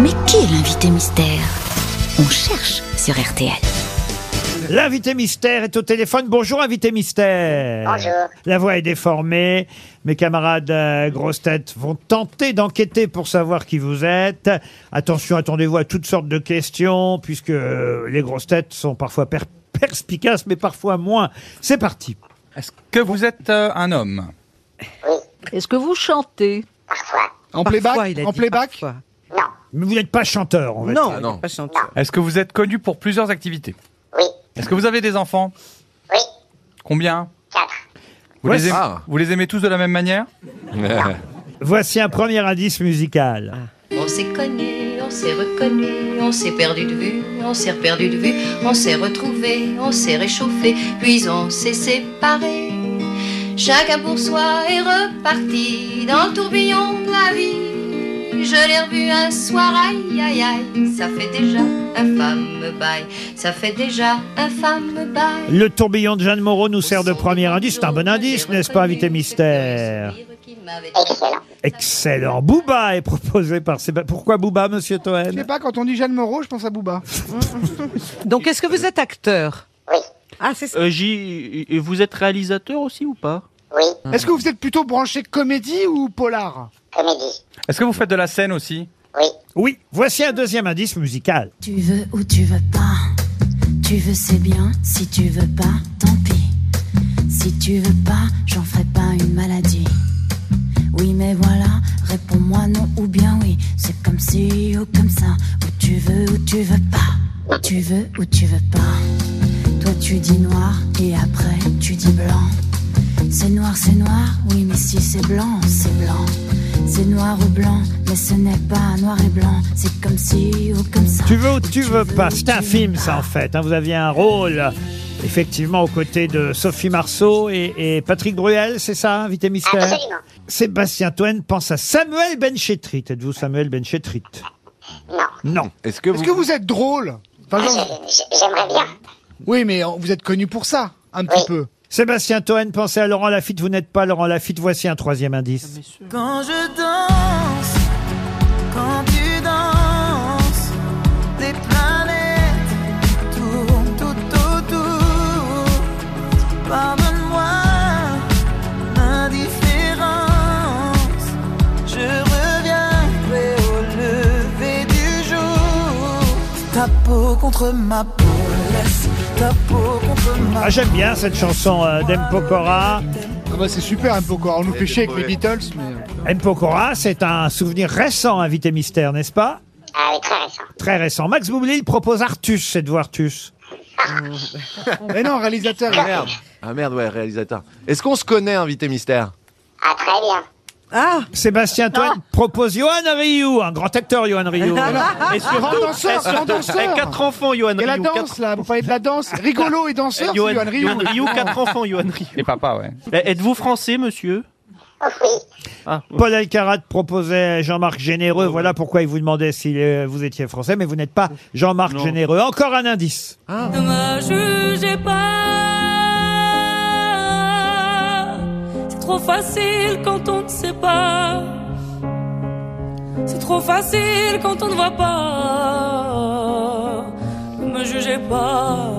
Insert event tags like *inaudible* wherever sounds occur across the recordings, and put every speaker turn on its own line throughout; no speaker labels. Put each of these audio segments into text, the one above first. Mais qui est l'invité mystère On cherche sur RTL.
L'invité mystère est au téléphone. Bonjour, invité mystère.
Bonjour.
La voix est déformée. Mes camarades euh, grosses têtes vont tenter d'enquêter pour savoir qui vous êtes. Attention, attendez-vous à toutes sortes de questions, puisque euh, les grosses têtes sont parfois per- perspicaces, mais parfois moins. C'est parti.
Est-ce que vous êtes euh, un homme
Est-ce que vous chantez
Parfois.
En playback En playback
Non.
Mais vous n'êtes pas chanteur, en fait.
Non,
non.
pas chanteur.
Est-ce que vous êtes connu pour plusieurs activités
Oui.
Est-ce que vous avez des enfants
Oui.
Combien
Quatre.
vous,
Ouais,
les aimez,
ah.
vous les aimez tous de la même manière
Voici un premier indice musical.
On s'est connu, on s'est reconnu, on s'est perdu de vue, on s'est perdu de vue, on s'est retrouvé, on s'est réchauffé, puis on s'est séparé. Chacun pour soi est reparti dans le tourbillon de la vie. Je l'ai revu un soir, aïe aïe aïe, ça fait déjà un fameux bail, ça fait déjà un fameux bail.
Le tourbillon de Jeanne Moreau nous sert de premier indice. C'est un bon indice, n'est-ce pas, invité mystère
Excellent.
Excellent. Booba est proposé par Sébastien. Pourquoi Booba, monsieur
Je sais
Toen
pas, quand on dit Jeanne Moreau, je pense à Booba.
Donc, est-ce que vous êtes acteur
Oui.
Ah, c'est ça.
Euh, J- et Vous êtes réalisateur aussi ou pas
Oui.
Est-ce que vous êtes plutôt branché comédie ou polar
Comédie.
Est-ce que vous faites de la scène aussi
Oui.
Oui, voici un deuxième indice musical.
Tu veux ou tu veux pas Tu veux c'est bien, si tu veux pas, tant pis. Si tu veux pas, j'en ferai pas une maladie. Oui mais voilà, réponds-moi non ou bien oui. C'est comme si ou comme ça, ou tu veux ou tu veux pas. Tu veux ou tu veux pas. Toi tu dis noir et après tu dis blanc. C'est noir, c'est noir, oui, mais si c'est blanc, c'est blanc. C'est noir ou blanc, mais ce n'est pas noir et blanc. C'est comme si ou comme ça.
Tu veux ou tu veux pas C'est un
tu
film,
veux
ça,
pas.
en fait. hein. Vous aviez un rôle, effectivement, aux côtés de Sophie Marceau et, et Patrick Bruel, c'est ça, invité mystère
Absolument.
Sébastien Toen pense à Samuel Benchetrit. Êtes-vous Samuel Benchetrit
Non.
Non.
Est-ce que
Est-ce
vous...
que vous êtes drôle Enfin, genre-
J'ai- j'ai- Ah, J'aimerais bien.
Oui, mais euh, vous êtes connu pour ça, un petit peu.
Sébastien Toen, pensez à Laurent Lafitte. Vous n'êtes pas Laurent Lafitte. Voici un troisième indice.
Quand je danse, quand tu danses, des planètes tournent tout autour. Pardonne-moi l'indifférence. Je reviendrai au lever du jour. Ta peau contre ma peau, laisse ta peau contre ma
Ah, j'aime bien cette chanson euh, d'M. Pokora.
Ah bah c'est super un peu quoi. On nous fait chier avec les Beatles, mais. euh.
M. Pokora, c'est un souvenir récent, invité mystère, n'est-ce pas
Ah oui, très récent.
Très récent. Max Boublil propose Artus, c'est de voir Artus.
Mais non, réalisateur.
Merde. Ah merde, ouais, réalisateur. Est-ce qu'on se connaît, invité mystère
Ah, très bien.
Ah,
Sébastien Toen propose Johan Rioux, un grand acteur Johan Rioux.
Et surtout,
Grand danseur, grand
eh,
danseur.
quatre enfants, Johan
Et la
Rioux,
danse
quatre-
là, vous parlez de la danse. Rigolo et danseur, c'est
Johan
Yoann Rioux.
Johan Rioux, quatre enfants, Johan Rioux.
Les papas, ouais.
Eh, Êtes-vous français, monsieur
Oh, oui.
Ah,
Paul Alcarat proposait Jean-Marc Généreux. Voilà pourquoi il vous demandait si euh, vous étiez français, mais vous n'êtes pas Jean-Marc Généreux. Encore un indice.
Ne me jugez pas. Ah, C'est trop facile quand on ne sait pas. C'est trop facile quand on ne voit pas. Ne me jugez pas.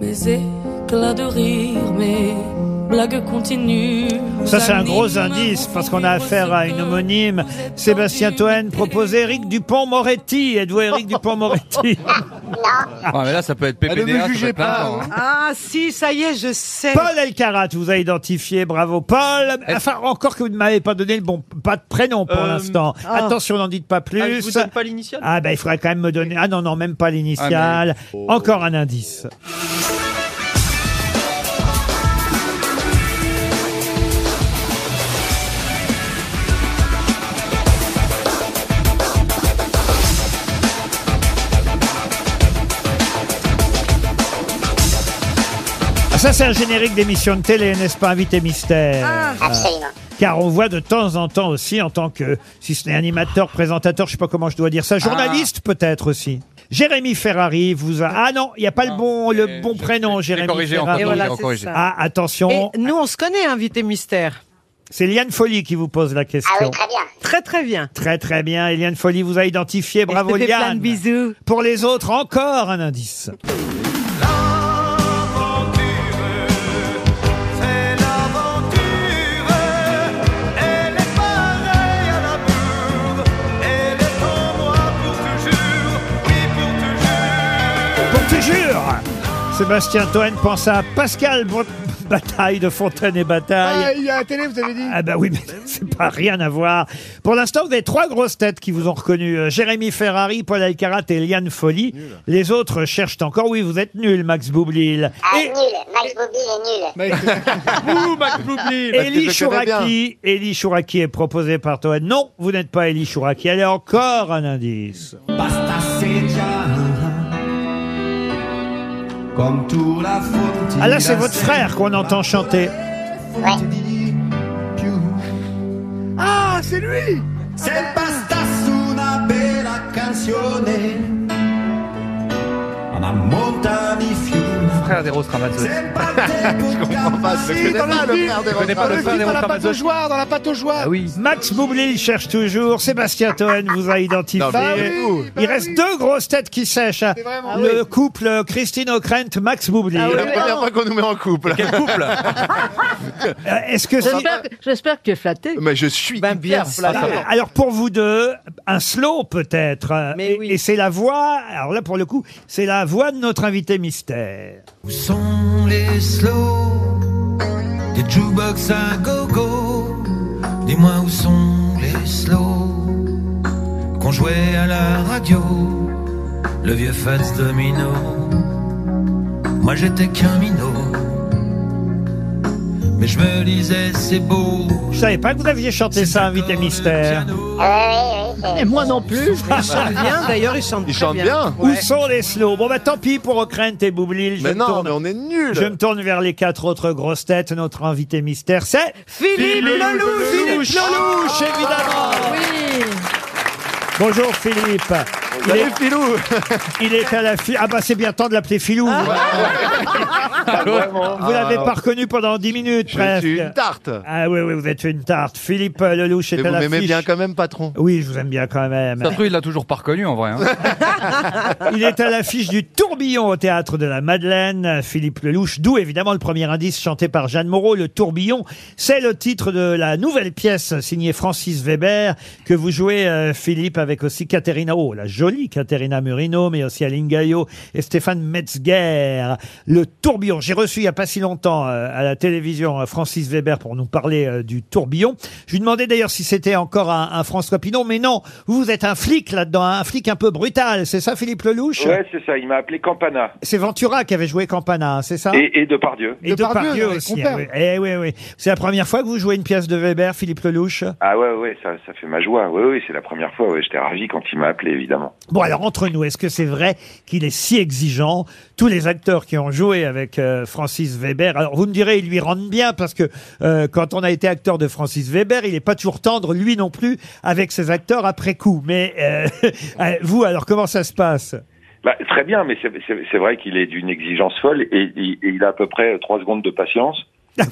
Mes éclats de rire, mes blagues continues.
Ça, c'est un gros indice, parce qu'on a affaire à une homonyme. Sébastien Toen propose Éric Dupont-Moretti. Êtes-vous Éric Dupont-Moretti
Ah, mais là, ça peut être
Ah, ne
PPDA,
me
ça peut
jugez
être plein de
pas.
gens, hein.
ah si, ça y est, je sais.
Paul Alcarat vous a identifié. Bravo, Paul. Enfin, encore que vous ne m'avez pas donné le bon pas de prénom pour
Euh,
l'instant.
ah.
Attention, n'en dites pas
ah, je vous
plus.
donne pas l'initiale
Ah ben il faudrait quand même me donner. Ah non non même pas l'initiale. Encore un indice. Ah, Ça, c'est un générique d'émission de télé, n'est-ce pas, Invité Mystère
Absolument.
car on voit de temps en temps aussi, en tant que, si ce n'est animateur, présentateur, je sais pas comment je dois dire ça, journaliste peut-être aussi. Jérémy Ferrari vous a... Ah non, il n'y a pas le bon, le
Eh,
bon
je-
prénom,
je- je l'ai
Jérémy
corrigé
Ferrari.
encore,
Et voilà,
j'ai encore
c'est
corrigé.
ça.
Ah, attention.
Et nous, on se connaît, invité mystère.
C'est Liane Folly qui vous pose la question.
Ah oui, très bien.
Très très bien.
Très très bien. Et Liane Folly vous a identifié. Bravo
te fais
Liane.
plein de bisous.
Pour les autres, encore un indice.
C'est l'aventure, elle est pareille à la bourre, elle est en moi pour toujours, oui pour toujours.
Pour toujours, Sébastien Toen pense à Pascal Bro- Bataille de Fontaine et Bataille.
Ah, il y a la télé, vous avez dit
Ah bah oui, mais
Ben
c'est pas rien à voir. Pour l'instant, vous avez trois grosses têtes qui vous ont reconnu. Euh, Jérémy Ferrari, Paul Alcarat et Liane Folly. Les autres cherchent encore. Oui, vous êtes nuls, Max Boublil.
Ah, nul. Max Bobby est nul.
Ouh, Max Boublil
Parce que
Elie
je connais bien.
Chouraki. Elie Chouraki est proposé par Toen. Non, vous n'êtes pas Elie Chouraki. Allez, encore un indice.
Basta c'est già, comme tout la faute.
Ah là, c'est votre frère qu'on entend chanter.
Ah, c'est lui
C'est basta su una bella canzone, una montagna di
*laughs*
fiume.
Frère des Roses Ramazzotti.
C'est pas Je comprends pas,
Si, dans
pas
le
le frère des
film, dans
Rothmans.
le
connais pas le
film,
frère des
dans la
Rothmans.
pâte aux joies, dans la pâte aux joies.
Ah oui.
Max Boublil cherche toujours. Sébastien Toen vous a identifié.
Non, mais-
Bah oui, bah
Il reste
oui.
deux grosses têtes qui sèchent. hein.
C'est vraiment- Ah
Le couple Christine O'Krent, Max Boublil.
C'est la première fois qu'on nous met en couple.
Quel couple
Euh, Est-ce que c'est...
J'espère que- J'espère que tu es flatté.
*laughs* Mais je suis
Bah,
Ben, bien
hyper flatté.
sûr.
Ah, Alors pour vous deux, un slow peut-être. euh,
Mais
et
oui.
et c'est la voix, alors là pour le coup, c'est la voix de notre invité mystère.
Où sont les slows Des jukebox à gogo Dis-moi où sont les slows Qu'on jouait à la radio Le vieux Fats Domino Moi j'étais qu'un minot Mais je me disais c'est beau
Je savais pas que vous aviez chanté ça, invité mystère.
Ah
Oui, oui,
Et moi non plus.
*laughs*
Il chante bien, d'ailleurs, il chante
Il
très
chante bien.
Où sont les slow Bon bah tant pis pour O'Krent et Boublil. Je,
Mais
me
non,
tourne-
mais on est nuls.
je me tourne vers les quatre autres grosses têtes. Notre invité mystère, c'est...
Philippe Lelouch
Lelouch Lelouch, évidemment Bonjour Philippe il est,
Salut Philou
il est à la fi- Ah bah c'est bien temps de l'appeler Philou Ah, Vous l'avez pas reconnu pendant 10 minutes
Ah, Je
presque.
suis une tarte.
Ah oui, oui, vous êtes une tarte. Philippe euh, Lelouch
Mais
est à
vous
la
m'aimez bien quand même, patron.
Oui, je vous aime bien quand même.
Ça se trouve, il l'a toujours pas reconnu en vrai. hein.
Il est à l'affiche du Tourbillon au théâtre de la Madeleine, Philippe Lelouch, d'où évidemment le premier indice chanté par Jeanne Moreau, Le Tourbillon. C'est le titre de la nouvelle pièce signée Francis Weber que vous jouez, euh, Philippe, avec aussi Caterina, oh la jolie Caterina Murino, mais aussi Aline Gaillot et Stéphane Metzger. Le Tourbillon. J'ai reçu il n'y a pas si longtemps euh, à la télévision euh, Francis Weber pour nous parler euh, du Tourbillon. Je lui demandais d'ailleurs si c'était encore un, un François Pinon, mais non, vous êtes un flic là-dedans, un flic un peu brutal, c'est ça Philippe Lelouch
Ouais, c'est ça. Il m'a appelé Campana
c'est Ventura qui avait joué Campana, hein, c'est ça
et, et Depardieu.
Et
Depardieu,
Depardieu
ouais,
aussi.
compère.
hein, oui. Eh oui, oui. C'est la première fois que vous jouez une pièce de Weber, Philippe Lelouch.
Ah ouais, ouais, ça, ça fait ma joie. Ouais, ouais, c'est la première fois. Ouais, j'étais ravi quand il m'a appelé, évidemment.
Bon, alors entre nous, est-ce que c'est vrai qu'il est si exigeant Tous les acteurs qui ont joué avec euh, Francis Weber, alors vous me direz, ils lui rendent bien parce que euh, quand on a été acteur de Francis Weber, il n'est pas toujours tendre, lui non plus, avec ses acteurs après coup. Mais euh, *laughs* vous, alors comment ça se passe
Bah, très bien, mais c'est- c'est c'est vrai qu'il est d'une exigence folle et, et- et il a à peu près trois secondes de patience.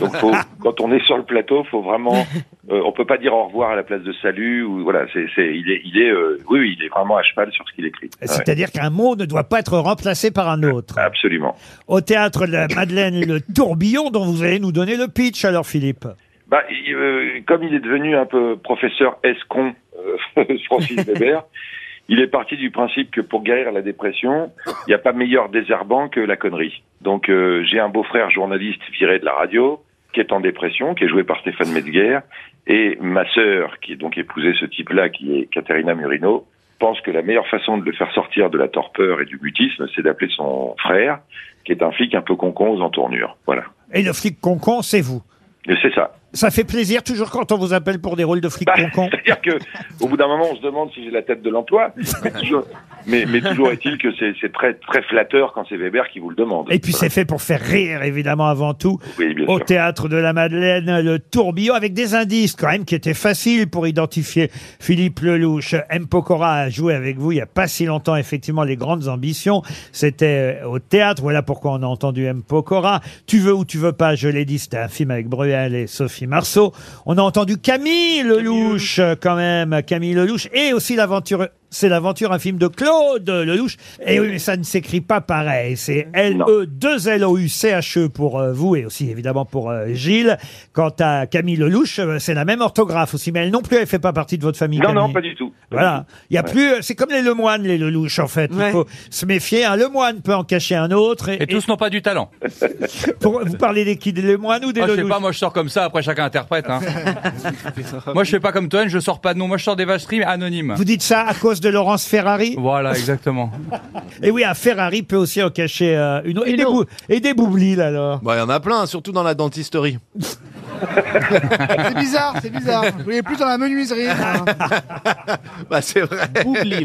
Donc, faut- quand on est sur le plateau, faut vraiment. euh, on peut pas dire au revoir à la place de salut ou voilà. C'est, c'est, il est, il est, euh, oui, oui, il est vraiment à cheval sur ce qu'il écrit. Ouais,
C'est-à-dire qu'un mot ne doit pas être remplacé par un autre.
Euh, absolument.
Au théâtre de la Madeleine, le tourbillon dont vous allez nous donner le pitch, alors Philippe.
Bah, il, euh, comme il est devenu un peu professeur escon, euh, *laughs* Francis Weber, il est parti du principe que pour guérir la dépression, il n'y a pas meilleur désherbant que la connerie. Donc euh, j'ai un beau-frère journaliste viré de la radio, qui est en dépression, qui est joué par Stéphane Metzger, et ma sœur, qui est donc épousée ce type-là, qui est Caterina Murino, pense que la meilleure façon de le faire sortir de la torpeur et du mutisme, c'est d'appeler son frère, qui est un flic un peu concon aux entournures. Voilà.
Et le flic concon, c'est vous.
Et c'est ça.
Ça fait plaisir toujours quand on vous appelle pour des rôles de flic concon.
C'est-à-dire que, au bout d'un moment, on se demande si j'ai la tête de l'emploi. Mais toujours, Mais, mais toujours est-il que c'est c'est très, très flatteur quand c'est Weber qui vous le demande.
Et puis c'est fait pour faire rire, évidemment, avant tout,
Oui, bien
au
sûr.
théâtre de la Madeleine, le tourbillon, avec des indices quand même qui étaient faciles pour identifier Philippe Lelouch. M. Pokora a joué avec vous il n'y a pas si longtemps, effectivement, les grandes ambitions. C'était euh, au théâtre, voilà pourquoi on a entendu M. Pokora. Tu veux ou tu veux pas, je l'ai dit, c'était un film avec Bruel et Sophie Marceau. On a entendu Camille Lelouch, euh, quand même, Camille Lelouch, et aussi l'aventure... C'est l'aventure, un film de Claude Lelouch. Et oui, mais ça ne s'écrit pas pareil. C'est L-E-2-L-O-U-C-H-E pour euh, vous et aussi évidemment pour euh, Gilles. Quant à Camille Lelouch, euh, c'est la même orthographe aussi, mais elle non plus, elle fait pas partie de votre famille.
Non, non,
Camille.
pas du tout.
Voilà. Il y a
Ouais.
plus, euh, c'est comme les Lemoines, les Lelouch, en fait. Il faut se méfier. Un Lemoine peut en cacher un autre. Et,
Et tous n'ont pas du talent.
et- pour- vous parlez des qui, des Lemoines ou des
Ah, je sais
Lelouch
pas, moi je sors comme ça, après chacun interprète. hein. moi je fais pas comme Toen, je sors pas de nom, moi je sors des vacheries mais anonymes.
Vous dites ça à cause de Laurence Ferrari
Voilà, exactement.
Et oui, un Ferrari peut aussi en cacher euh, une autre. Et, des bou- et des boublils, alors
Bah, il y en a plein, surtout dans la dentisterie.
C'est bizarre, c'est bizarre. Vous voulez plus dans la menuiserie. hein.
bah, c'est vrai.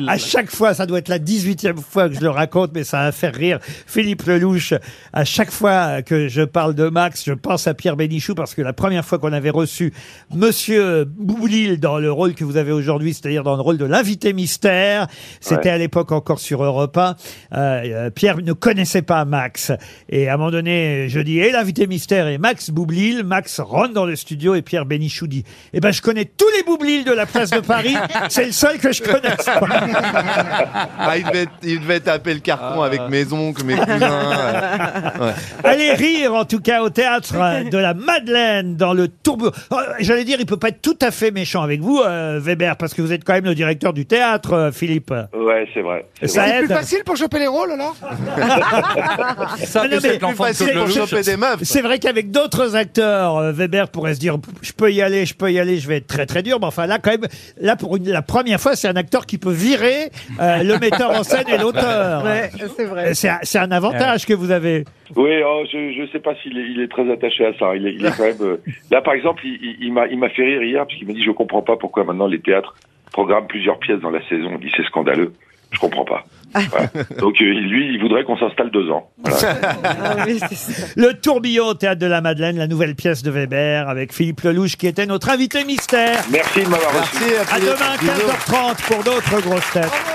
À chaque fois, ça doit être la 18e fois que je le raconte, mais ça va faire rire Philippe Lelouch. À chaque fois que je parle de Max, je pense à Pierre Bénichou parce que la première fois qu'on avait reçu Monsieur Boublil dans le rôle que vous avez aujourd'hui, c'est-à-dire dans le rôle de l'invité mystère, c'était
Ouais.
à l'époque encore sur Europe 1, euh, euh, Pierre ne connaissait pas Max. Et à un moment donné, je dis, et l'invité mystère et Max Boublil, Max rentre dans le studio et Pierre Bénichou dit, eh ben, je connais tous les Boublil de la place de Paris, c'est le seul que je connaisse pas.
Ah, il, devait, il devait taper le carton avec
Ah.
mes oncles, mes cousins. euh, ouais.
Allez rire en tout cas au théâtre euh, de la Madeleine dans le tourbillon. Oh, J'allais dire, il peut pas être tout à fait méchant avec vous, euh, Weber, parce que vous êtes quand même le directeur du théâtre, euh, Philippe.
Ah,
Ouais, c'est vrai. c'est
Ça
vrai.
C'est plus
aide.
facile pour choper les rôles alors
Ça,
Mais Ah non,
peut-être
mais-
l'enfant de
facile
Claude
pour
Lelouch.
choper des meufs.
C'est vrai qu'avec d'autres acteurs, euh, Weber pourrait se dire, je peux y aller, je peux y aller, je vais être très très dur. Mais enfin là, quand même, là pour une- la première fois, c'est un acteur qui peut virer euh, le metteur en scène et l'auteur. Euh,
Ouais, c'est vrai.
C'est un- c'est un avantage que vous avez.
Oui, oh, je ne sais pas s'il est, il est très attaché à ça. Il est, il est quand même. euh, Là, par exemple, il, il- il m'a il m'a fait rire hier parce qu'il m'a dit je comprends pas pourquoi maintenant les théâtres programment plusieurs pièces dans la saison. Il dit c'est scandaleux. Je
*laughs*
comprends pas. Voilà. Donc euh, lui, il voudrait qu'on s'installe deux ans. Voilà.
Ah oui, c'est ça.
Le tourbillon au théâtre de la Madeleine, la nouvelle pièce de Weber avec Philippe Lelouch qui était notre invité mystère.
Merci de m'avoir reçu.
Merci,
À
Philippe.
demain
Bisous.
15h30 pour d'autres grosses têtes.